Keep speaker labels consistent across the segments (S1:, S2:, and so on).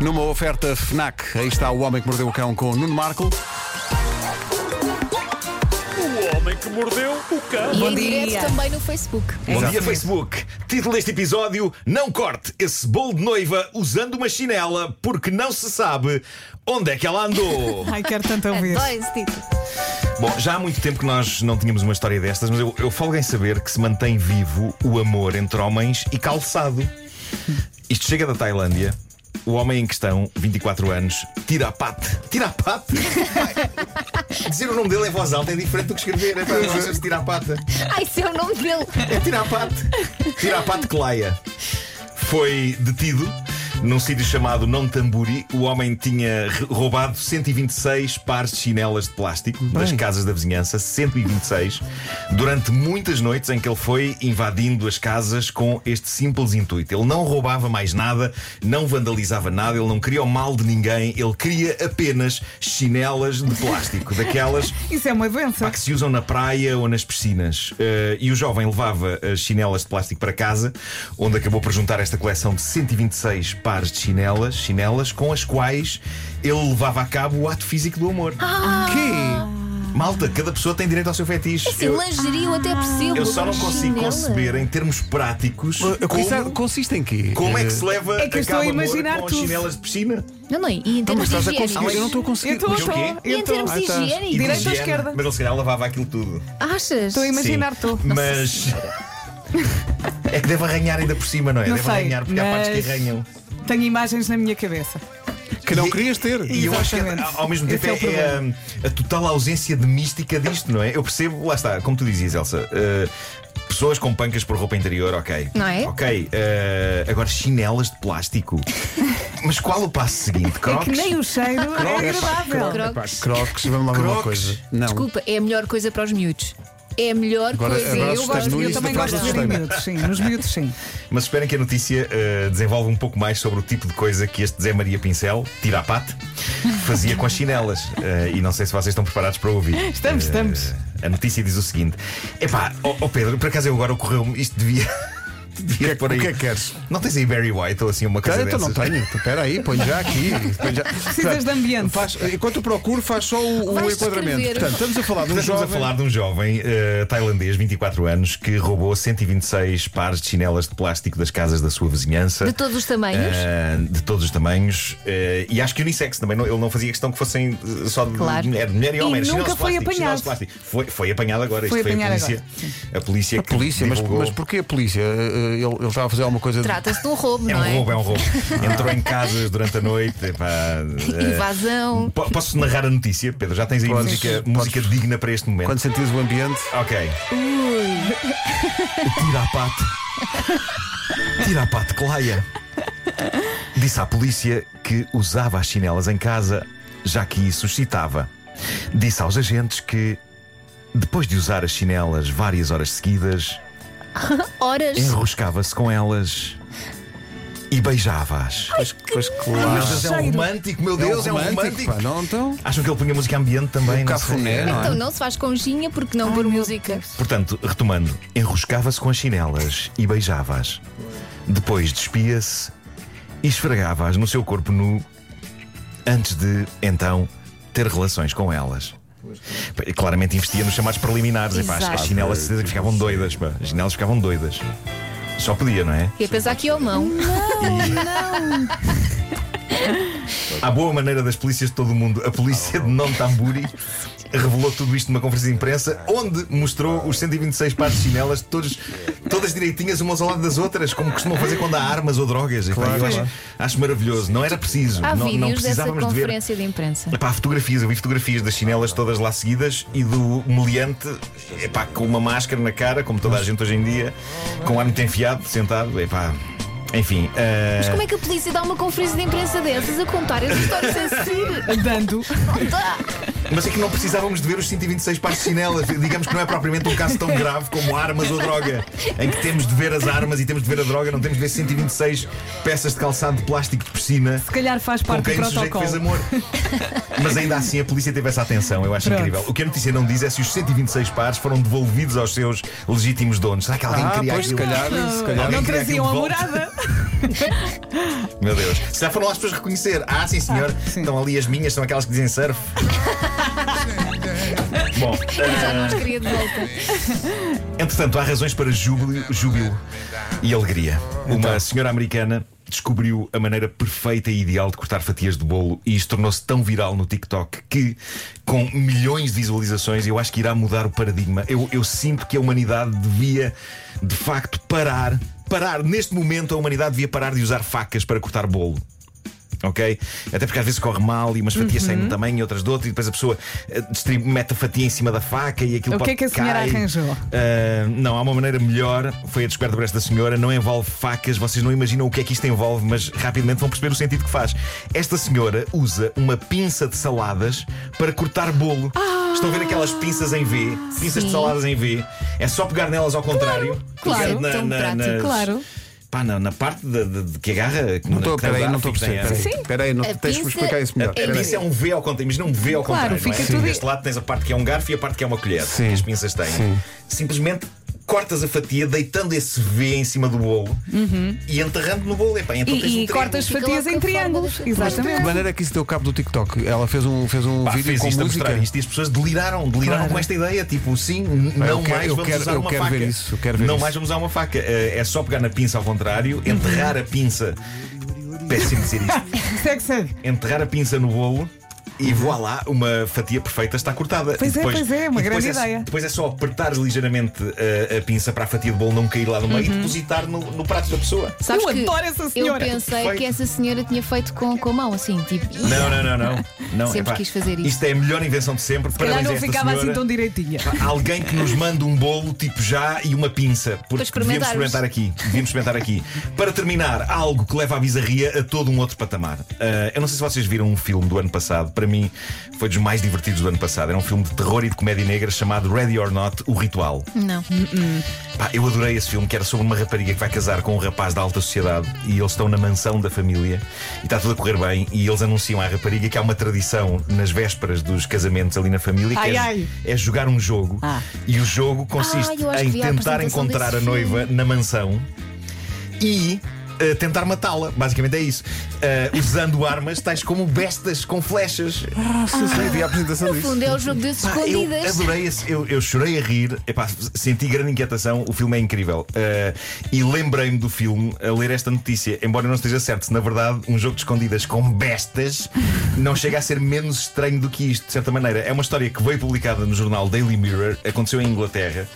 S1: Numa oferta FNAC, aí está o Homem que Mordeu o Cão com o Nuno Marco.
S2: O homem que mordeu o cão.
S3: E
S4: Bom
S3: em
S4: dia.
S3: direto também no Facebook.
S4: Exatamente.
S5: Bom dia, Facebook. Título deste episódio: Não corte esse bolo de noiva usando uma chinela, porque não se sabe onde é que ela andou.
S4: Ai, quero tanto ouvir.
S3: Adoro esse título.
S5: Bom, já há muito tempo que nós não tínhamos uma história destas, mas eu, eu folgo em saber que se mantém vivo o amor entre homens e calçado. Isto chega da Tailândia. O homem em questão, 24 anos, tira a pate. Tira a pate? Dizer o nome dele em voz alta é diferente do que escrever. É para vocês tira a pata.
S3: Ai, esse é o nome dele.
S5: É Tirapate. Tirapate Claia. Foi detido num sítio chamado Non Tamburi. O homem tinha re- roubado 126 pares de chinelas de plástico das casas da vizinhança. 126. Durante muitas noites em que ele foi invadindo as casas com este simples intuito. Ele não roubava mais nada, não vandalizava nada, ele não queria o mal de ninguém. Ele queria apenas chinelas de plástico. Daquelas
S4: Isso é uma
S5: Pá,
S4: doença.
S5: que se usam na praia ou nas piscinas. Eh, e o jovem levava as chinelas de plástico para casa, onde acabou por juntar esta coleção de 126 pares de chinelas, chinelas com as quais ele levava a cabo o ato físico do amor.
S4: Ah.
S1: Que?
S5: Malta, cada pessoa tem direito ao seu fetiche.
S4: É
S3: Assim,
S5: eu,
S3: lingerie eu até percebo.
S5: eu só não
S3: mas
S5: consigo
S3: chinela?
S5: conceber, em termos práticos,
S1: Eh, Isso é-
S5: como,
S1: consiste em quê?
S5: como é que
S1: Eh,
S5: se leva
S4: É que eu
S5: a
S4: estou
S5: cabo
S4: a imaginar
S5: amor com
S4: tudo.
S5: as chinelas de piscina.
S3: Não, não, e em
S1: Não, Ah, mas
S3: termos
S1: estás a
S3: higiênicos.
S1: conseguir. Eu não estou a conseguir.
S4: Eu Então, estou,
S5: Mas o
S4: estou.
S5: quê?
S3: E
S4: eu
S3: em
S4: estou.
S3: termos
S1: Ah, estás.
S5: E de
S3: higiênicos.
S4: Direita ou
S5: higiene.
S4: esquerda?
S5: Mas ele se calhar levava aquilo tudo.
S3: Achas?
S4: Estou a imaginar tu.
S5: Mas. É que deve arranhar ainda por cima, não é?
S4: Não
S5: deve
S4: sei,
S5: arranhar, porque há partes
S4: mas-
S5: que arranham.
S4: Tenho imagens na minha cabeça. É
S1: Que não querias ter.
S5: E eu acho que
S4: Exatamente.
S5: ao mesmo tempo
S4: Esse é o
S5: é, a, a total ausência de mística disto, não é? Eu percebo, lá está, como tu dizias, Elsa. eh, Pessoas com pancas por roupa interior, ok.
S3: Não é?
S5: Ok. eh, agora, chinelas de plástico. Mas qual o passo seguinte? Crocs?
S4: É que nem o cheiro é
S5: Crocs.
S4: agradável.
S3: Crocs.
S1: Crocs, vamos lá ver uma
S5: Crocs.
S1: coisa. Não.
S3: Desculpa, é a melhor coisa para os miúdos. É a melhor
S1: Agora-
S3: coisa.
S1: agora
S3: eu
S1: assustaste-me
S3: gosto
S1: no
S4: Eu
S1: Isso
S4: também
S1: depois
S4: gosto de ver em
S1: assustei-me.
S4: miúdos, sim. Nos miúdos, sim.
S5: Mas esperem que a notícia eh, desenvolve um pouco mais sobre o tipo de coisa que este Zé Maria Pincel, tira a pate, fazia com as chinelas. Eh, e não sei se vocês estão preparados para ouvir.
S4: Estamos,
S5: Eh,
S4: estamos.
S5: A notícia diz o seguinte: Epá, ó ó Pedro, por acaso eu agora ocorreu-me, isto devia. devia
S1: O que é-
S5: pôr aí.
S1: o que é que queres?
S5: Não tens aí Barry White ou assim uma coisa
S1: Cara, então não
S5: dessas?
S1: tenho. Espera aí, põe já aqui. põe já. Portanto,
S4: de ambiente.
S1: Faz, enquanto eu procuro, faz só o, o
S3: Vais
S1: enquadramento.
S3: escrever.
S1: Portanto, estamos a falar de um
S5: Portanto, Estamos
S1: jovem.
S5: a falar de um jovem eh, tailandês, 24 anos, que roubou 126 pares de chinelas de plástico das casas da sua vizinhança.
S3: De todos os tamanhos.
S5: Eh, de todos os tamanhos. Eh, e acho que unissex também. Não- ele não fazia questão que fossem eh, só de,
S3: Claro.
S5: mulher, de mulher e
S4: E
S5: homem. era
S4: nunca
S5: chinelas
S4: foi
S5: de plástico,
S4: apanhado.
S5: chinelas de plástico. Foi, foi apanhado agora.
S4: Foi
S5: Isto foi a
S4: apanhado
S5: polícia. A polícia
S1: A
S5: que
S1: polícia, mas,
S5: divulgou.
S1: mas porquê a polícia? Eh, eh, Ele, ele estava a fazer alguma coisa. de-
S3: Trata-se de um roubo,
S5: É
S3: não
S5: um
S3: é?
S5: roubo, é um roubo. Entrou em casas durante a noite. epá, eh,
S4: um-
S3: Invasão.
S5: po- Posso narrar a notícia, Pedro? Já tens aí
S1: Podes.
S5: música,
S1: Podes.
S5: música digna para este momento.
S1: Quando sentires o ambiente.
S5: Ok. O tira-pato. Tira-pato Claia. Disse à polícia que usava as chinelas em casa, já que isso suscitava. Disse aos agentes que, depois de usar as chinelas várias horas seguidas,
S3: Horas.
S5: É um enroscava-se com elas e beijava-as.
S1: Pois, pois claro. É um
S5: romântico, meu
S1: pá, não então?
S5: um Acham que ele punha música ambiente também?
S1: Um
S5: Não sei.
S1: cafuné, não é?
S3: Então não se faz conjinha porque não por música.
S5: Portanto, retomando, enroscava-se com as chinelas e beijava-as. Depois despia-se e esfregava-as no seu corpo nu antes de, então, ter relações com elas. Pá, e Claramente investia nos chamados preliminares. Epá, as, as
S3: Exato.
S5: chinelas de certeza que ficavam doidas. pá. As chinelas ficavam doidas. Só podia, não é?
S3: E a pensar que é o mão.
S5: À boa maneira das polícias de todo o mundo, a polícia de Non Tamburi revelou tudo isto numa conferência de imprensa, onde mostrou os 126 pares de chinelas, todos, todas direitinhas umas ao lado das outras, como costumam fazer quando há armas ou drogas. E, pá, eu acho, acho maravilhoso. Não era preciso.
S3: Há
S5: não, não
S3: vídeos dessa
S5: precisávamos de ver.
S3: conferência de imprensa.
S5: Epá, há fotografias, eu vi fotografias das chinelas todas lá seguidas e do meliante epá, com uma máscara na cara, como toda a gente hoje em dia, com um o ar muito enfiado, sentado. Epá. Enfim. ah,
S3: Como é que a polícia dá uma conferência de imprensa dessas a contar as histórias sem ser?
S4: Andando.
S5: Mas é que não precisávamos de ver os 126 pares de chinelas. Digamos que não é propriamente um caso tão grave como armas ou droga, em que temos de ver as armas e temos de ver a droga, não temos de ver 126 peças de calçado de plástico de piscina.
S4: Se calhar faz
S5: Com
S4: parte do
S5: quem o sujeito fez
S4: protocolo.
S5: amor. Mas ainda assim a polícia teve essa atenção, eu acho
S4: Pronto.
S5: incrível. O que a notícia não diz é se os 126 pares foram devolvidos aos seus legítimos donos. Será que alguém
S1: Ah,
S5: queria
S1: pois se
S5: aquilo?
S1: calhar, se calhar.
S5: Alguém
S4: Não
S5: queria
S4: traziam a
S5: aquilo de é volta?
S4: morada.
S5: Meu Deus. Se já foram lá as pessoas reconhecer. Ah, sim, senhor.
S4: sim.
S5: Estão ali as minhas, são aquelas que dizem surf. Bom,
S3: Eu já não os queria de volta.
S5: Entretanto, há razões para júbilo, júbilo e alegria. Uma
S4: Então.
S5: senhora americana descobriu a maneira perfeita e ideal de cortar fatias de bolo e isso tornou-se tão viral no TikTok que, com milhões de visualizações, eu acho que irá mudar o paradigma. Eu, eu sinto que a humanidade devia, de facto, parar. Parar. Neste momento, a humanidade devia parar de usar facas para cortar bolo. Ok? Até porque às vezes corre mal e umas fatias saem de um
S4: Uhum.
S5: tamanho e outras de outro, e depois a pessoa eh, distribui, mete a fatia em cima da faca e aquilo
S4: O que
S5: pode
S4: é que a senhora
S5: cai.
S4: arranjou?
S5: Ah, não, há uma maneira melhor. Foi a descoberta por esta senhora. Não envolve facas. Vocês não imaginam o que é que isto envolve, mas rapidamente vão perceber o sentido que faz. Esta senhora usa uma pinça de saladas para cortar bolo. Estão a ver aquelas pinças em V? Pinças de
S3: Ah! Sim.
S5: saladas em V. É só pegar nelas ao contrário.
S3: claro,
S5: E
S3: tão prático, claro.
S5: Pá, na, na parte de, de- de que agarra.
S1: Não é estou,
S5: que tem os
S1: peraí, não estou a
S5: arcos, tem
S1: perceber.
S5: a-
S1: Peraí, peraí, não
S3: A
S1: tens que me
S3: pinça-
S1: explicar isso melhor.
S3: a
S5: a
S1: Peraí.
S5: pinça é um V ao contrário, imagina um V ao
S4: Claro,
S5: contrário.
S4: fica
S5: não é?
S4: tudo-
S5: Deste lado tens a parte que é um garfo e a parte que é uma colher que as pinças têm. Simplesmente cortas a fatia, deitando esse V em cima do bolo e enterrando no bolo. Epá, então tens um
S4: Uhum. E, e
S5: triângulo.
S4: corta as
S3: Fica
S4: fatias
S3: logo
S4: em
S3: com a forma
S4: triângulos.
S3: das-
S1: De
S4: Exatamente.
S1: maneira que isso deu cabo do TikTok. Ela fez um, fez um
S5: Pá,
S1: vídeo
S5: fez
S1: com
S5: isto a
S1: música.
S5: mostrar isto e as pessoas deliraram, deliraram
S4: Claro.
S5: com esta ideia. Tipo, sim, n-
S1: Pá, eu
S5: não
S1: quero-
S5: mais
S1: eu
S5: vamos
S1: quero-
S5: usar
S1: eu
S5: uma
S1: quero
S5: faca.
S1: ver isso, eu quero ver
S5: não
S1: isso.
S5: mais vamos usar uma faca. Eh, É só pegar na pinça ao contrário,
S4: Uhum.
S5: enterrar a pinça. Péssimo dizer isto.
S4: Segue, segue.
S5: enterrar a pinça no bolo e voa lá, uma fatia perfeita está cortada.
S4: Uhum. Pois
S5: E
S4: é, pois é, uma
S5: e depois
S4: grande
S5: é-
S4: ideia.
S5: Depois é só apertares ligeiramente eh, a, a pinça para a fatia de bolo não cair lá no
S4: Uhum.
S5: meio e depositar no, no prato da pessoa.
S3: Sabes
S4: Eu
S3: que
S4: adoro essa
S3: Eu
S4: senhora.
S3: pensei
S5: Perfeito.
S3: que essa senhora tinha feito com, com a mão, assim, tipo.
S5: Não, não, não, não. não
S3: Sempre quis fazer isto.
S5: Isto é a melhor invenção de sempre.
S4: Já
S5: Parabéns
S4: não
S5: a esta
S4: ficava
S5: senhora.
S4: assim tão direitinha.
S5: Pá, Alguém que nos manda um bolo tipo já e uma pinça.
S3: Para
S5: Porque
S3: experimentarmos.
S5: devíamos experimentar aqui. Devíamos experimentar aqui. Para terminar, algo que leva a bizarria a todo um outro patamar. Ah, eu não sei se vocês viram um filme do ano passado. Para mim, foi dos mais divertidos do ano passado. Era um filme de terror e de comédia negra chamado Ready or Not O Ritual.
S3: Não.
S5: Pá, eu adorei esse filme, que era sobre uma rapariga que vai casar com um rapaz da alta sociedade e eles estão na mansão da família e está tudo a correr bem. E eles anunciam à rapariga que há uma tradição nas vésperas dos casamentos ali na família
S4: Ai,
S5: que
S4: ai.
S5: É, é jogar um jogo.
S4: Ah.
S5: E o jogo consiste
S3: Ah, eu acho
S5: em
S3: que vi a
S5: tentar
S3: apresentação
S5: encontrar
S3: desse
S5: a noiva na mansão e. eh, tentar matá-la, basicamente é isso. Eh, usando armas tais como bestas com flechas.
S1: Ah, sim, sim, vi a apresentação
S3: No
S1: disso.
S3: fundo é o jogo das
S5: Pá, Ah, eu é
S3: escondidas.
S5: adorei esse, eu, eu chorei a rir, Epá, senti grande inquietação, o filme é incrível. Uh, e lembrei-me do filme a ler esta notícia, embora eu não esteja certo, se na verdade um jogo de escondidas com bestas não chega a ser menos estranho do que isto, de certa maneira. É uma história que veio publicada no jornal Daily Mirror, aconteceu em Inglaterra.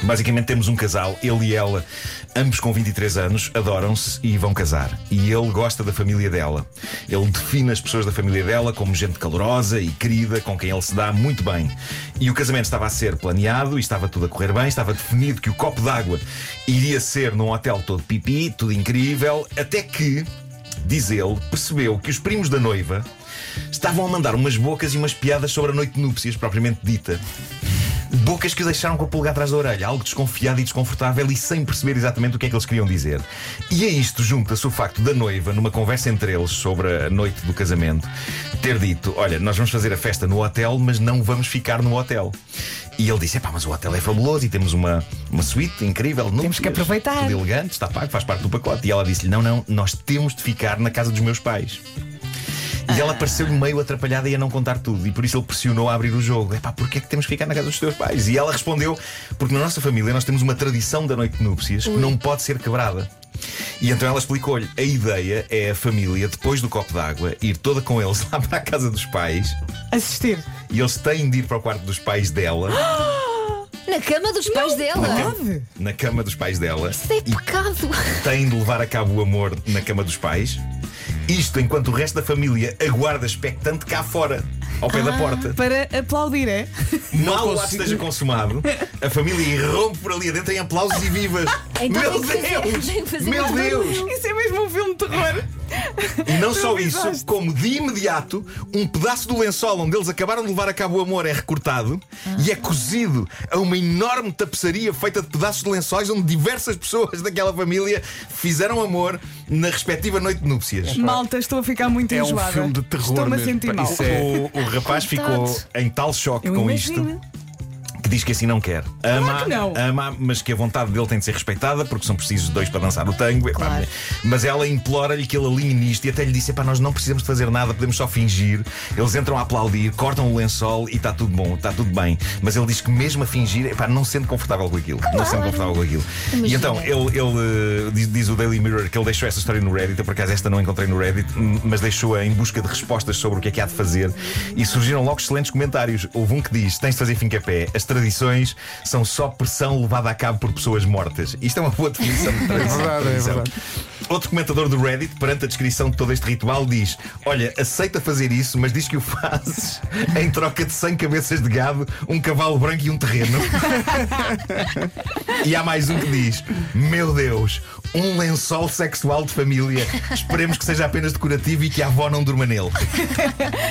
S5: Basicamente temos um casal, ele e ela, ambos com 23 anos, adoram-se e vão casar. E ele gosta da família dela. Ele define as pessoas da família dela como gente calorosa e querida, com quem ele se dá muito bem. E o casamento estava a ser planeado e estava tudo a correr bem, estava definido que o copo d'água iria ser num hotel todo pipi, tudo incrível, até que, diz ele, percebeu que os primos da noiva estavam a mandar umas bocas e umas piadas sobre a noite de núpcias, propriamente dita. Bocas que o deixaram com a pulga atrás da orelha, algo desconfiado e desconfortável e sem perceber exatamente o que é que eles queriam dizer. E a isto junta-se o facto da noiva, numa conversa entre eles sobre a noite do casamento, ter dito: Olha, nós vamos fazer a festa no hotel, mas não vamos ficar no hotel. E ele disse: Epá, mas o hotel é fabuloso e temos uma, uma suíte incrível. núpcias,
S4: que aproveitar."
S5: Tudo elegante, está pago, faz parte do pacote. E ela disse-lhe: Não, não, nós temos de ficar na casa dos meus pais. E ela pareceu-lhe meio atrapalhada e a não contar tudo. E por isso ele pressionou a abrir o jogo. Epá, porquê é que temos que ficar na casa dos teus pais? E ela respondeu: Porque na nossa família nós temos uma tradição da noite de núpcias que não pode ser quebrada. E então ela explicou-lhe: a ideia é a família, depois do copo d'água, ir toda com eles lá para a casa dos pais
S4: Assistir.
S5: e eles têm de ir para o quarto dos pais dela,
S3: Na cama dos pais dela.
S4: Pode?
S5: na cama dos pais dela,
S3: Isso é pecado.
S5: têm de levar a cabo o amor na cama dos pais. Isto enquanto o resto da família aguarda expectante cá fora, ao pé da porta.
S4: Para aplaudir, é?
S5: Mal o ato
S1: consigo.
S5: esteja consumado, a família irrompe por ali adentro em aplausos e vivas.
S3: Então
S5: Meu
S3: tem que fazer- tem que
S5: Deus!
S3: fazer
S5: Meu
S3: mais
S5: Deus!
S4: Isso é mesmo um filme de terror.
S5: E não só
S4: avisaste.
S5: isso, como de imediato, um pedaço do lençol onde eles acabaram de levar a cabo o amor é recortado e é cozido a uma enorme tapeçaria feita de pedaços de lençóis onde diversas pessoas daquela família fizeram amor na respectiva noite de núpcias.
S4: Malta, estou a ficar muito
S1: É um
S4: enjoada.
S1: filme de terror
S4: Estou-me a
S1: mesmo.
S4: sentir
S1: Pá,
S4: mal.
S1: isso é-
S5: O, o rapaz ficou em tal choque
S4: Eu
S5: com
S4: imagino.
S5: isto. que que diz que assim não quer. Ama,
S4: que não.
S5: ama, mas que a vontade dele tem de ser respeitada porque são precisos dois para dançar o tango. Epá,
S3: Claro.
S5: Mas ela implora-lhe que ele alinhe nisto e até lhe disse: "Epá, nós não precisamos de fazer nada, podemos só fingir. Eles entram a aplaudir, cortam o lençol e está tudo bom, está tudo bem. Mas ele diz que mesmo a fingir, epá, não se sente confortável com aquilo. Não se sente confortável com aquilo. E
S3: Imagina.
S5: então ele, ele, eh, diz, diz o Daily Mirror que ele deixou essa história no Reddit, eu por acaso esta não encontrei no Reddit, hum, mas deixou-a em busca de respostas sobre o que é que há de fazer e surgiram logo excelentes comentários. Houve um que diz: tens de fazer fim pé, as tradições são só pressão levada a cabo por pessoas mortas. Isto é uma boa definição de tradição.
S1: verdade, é
S5: Tradição.
S1: verdade.
S5: Outro comentador do Reddit, perante a descrição de todo este ritual, diz: Olha, aceita fazer isso, mas diz que o fazes em troca de 100 cabeças de gado, um cavalo branco e um terreno. e há mais um que diz: Meu Deus, um lençol sexual de família. Esperemos que seja apenas decorativo e que a avó não durma nele.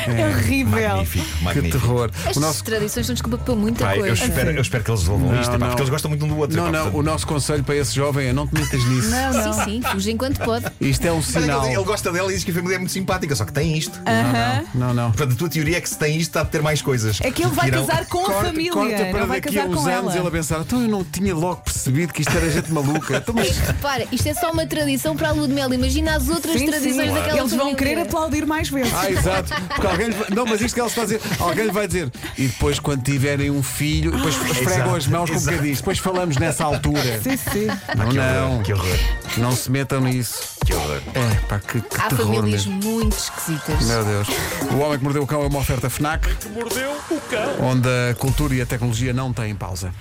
S4: É horrível.
S5: Magnífico,
S1: Que
S5: magnífico.
S1: terror.
S3: Estas
S1: O nosso,
S3: tradições são desculpa por muita
S5: Pai, eu,
S3: coisa.
S5: espero, eu espero que eles resolvam isto, epá,
S1: não.
S5: porque eles gostam muito um do outro.
S1: não,
S5: epá,
S1: não,
S5: portanto-
S1: o nosso conselho para esse jovem é não te metas nisso.
S4: Não, não.
S3: Sim, sim, fuge enquanto pode.
S1: Isto é um
S5: Mas é que
S1: sinal.
S5: ele- ele gosta dela e diz que a família é muito simpática, só que tem isto.
S4: Ah.
S1: Não, não.
S5: Portanto, a tua teoria é que se tem isto, está a ter mais coisas.
S4: É que ele vai
S5: Irão-
S4: casar com a
S1: Corta,
S4: família.
S1: corta para
S4: não vai
S1: daqui a
S4: casar
S1: uns
S4: com
S1: anos
S4: ela.
S1: ele a pensar, então eu não tinha logo percebido que isto era gente maluca. Então, mas
S3: Repara, isto é só uma tradição para a lua de mel. Imagina as outras
S4: Sim, sim.
S3: tradições daquela
S4: Eles vão
S3: família.
S4: querer aplaudir mais vezes.
S1: Ah, exato. Porque alguém lhe vai... Não, mas isto que ela está a dizer, alguém lhe vai dizer. E depois, quando tiverem um filho, depois esfregam
S5: Exato,
S1: as mãos com um
S5: exato.
S1: bocadinho. Depois falamos nessa altura.
S4: Ah, Sim, sim.
S5: Pá, que
S1: Não.
S5: horror, que horror,
S1: Não se metam nisso.
S5: que horror.
S1: É, pá, que, que
S3: Há
S1: terror
S3: famílias
S1: mesmo.
S3: muito esquisitas.
S1: Meu Deus. O Homem que Mordeu o Cão é uma oferta FNAC,
S2: que mordeu o cão.
S1: onde a cultura e a tecnologia não têm pausa.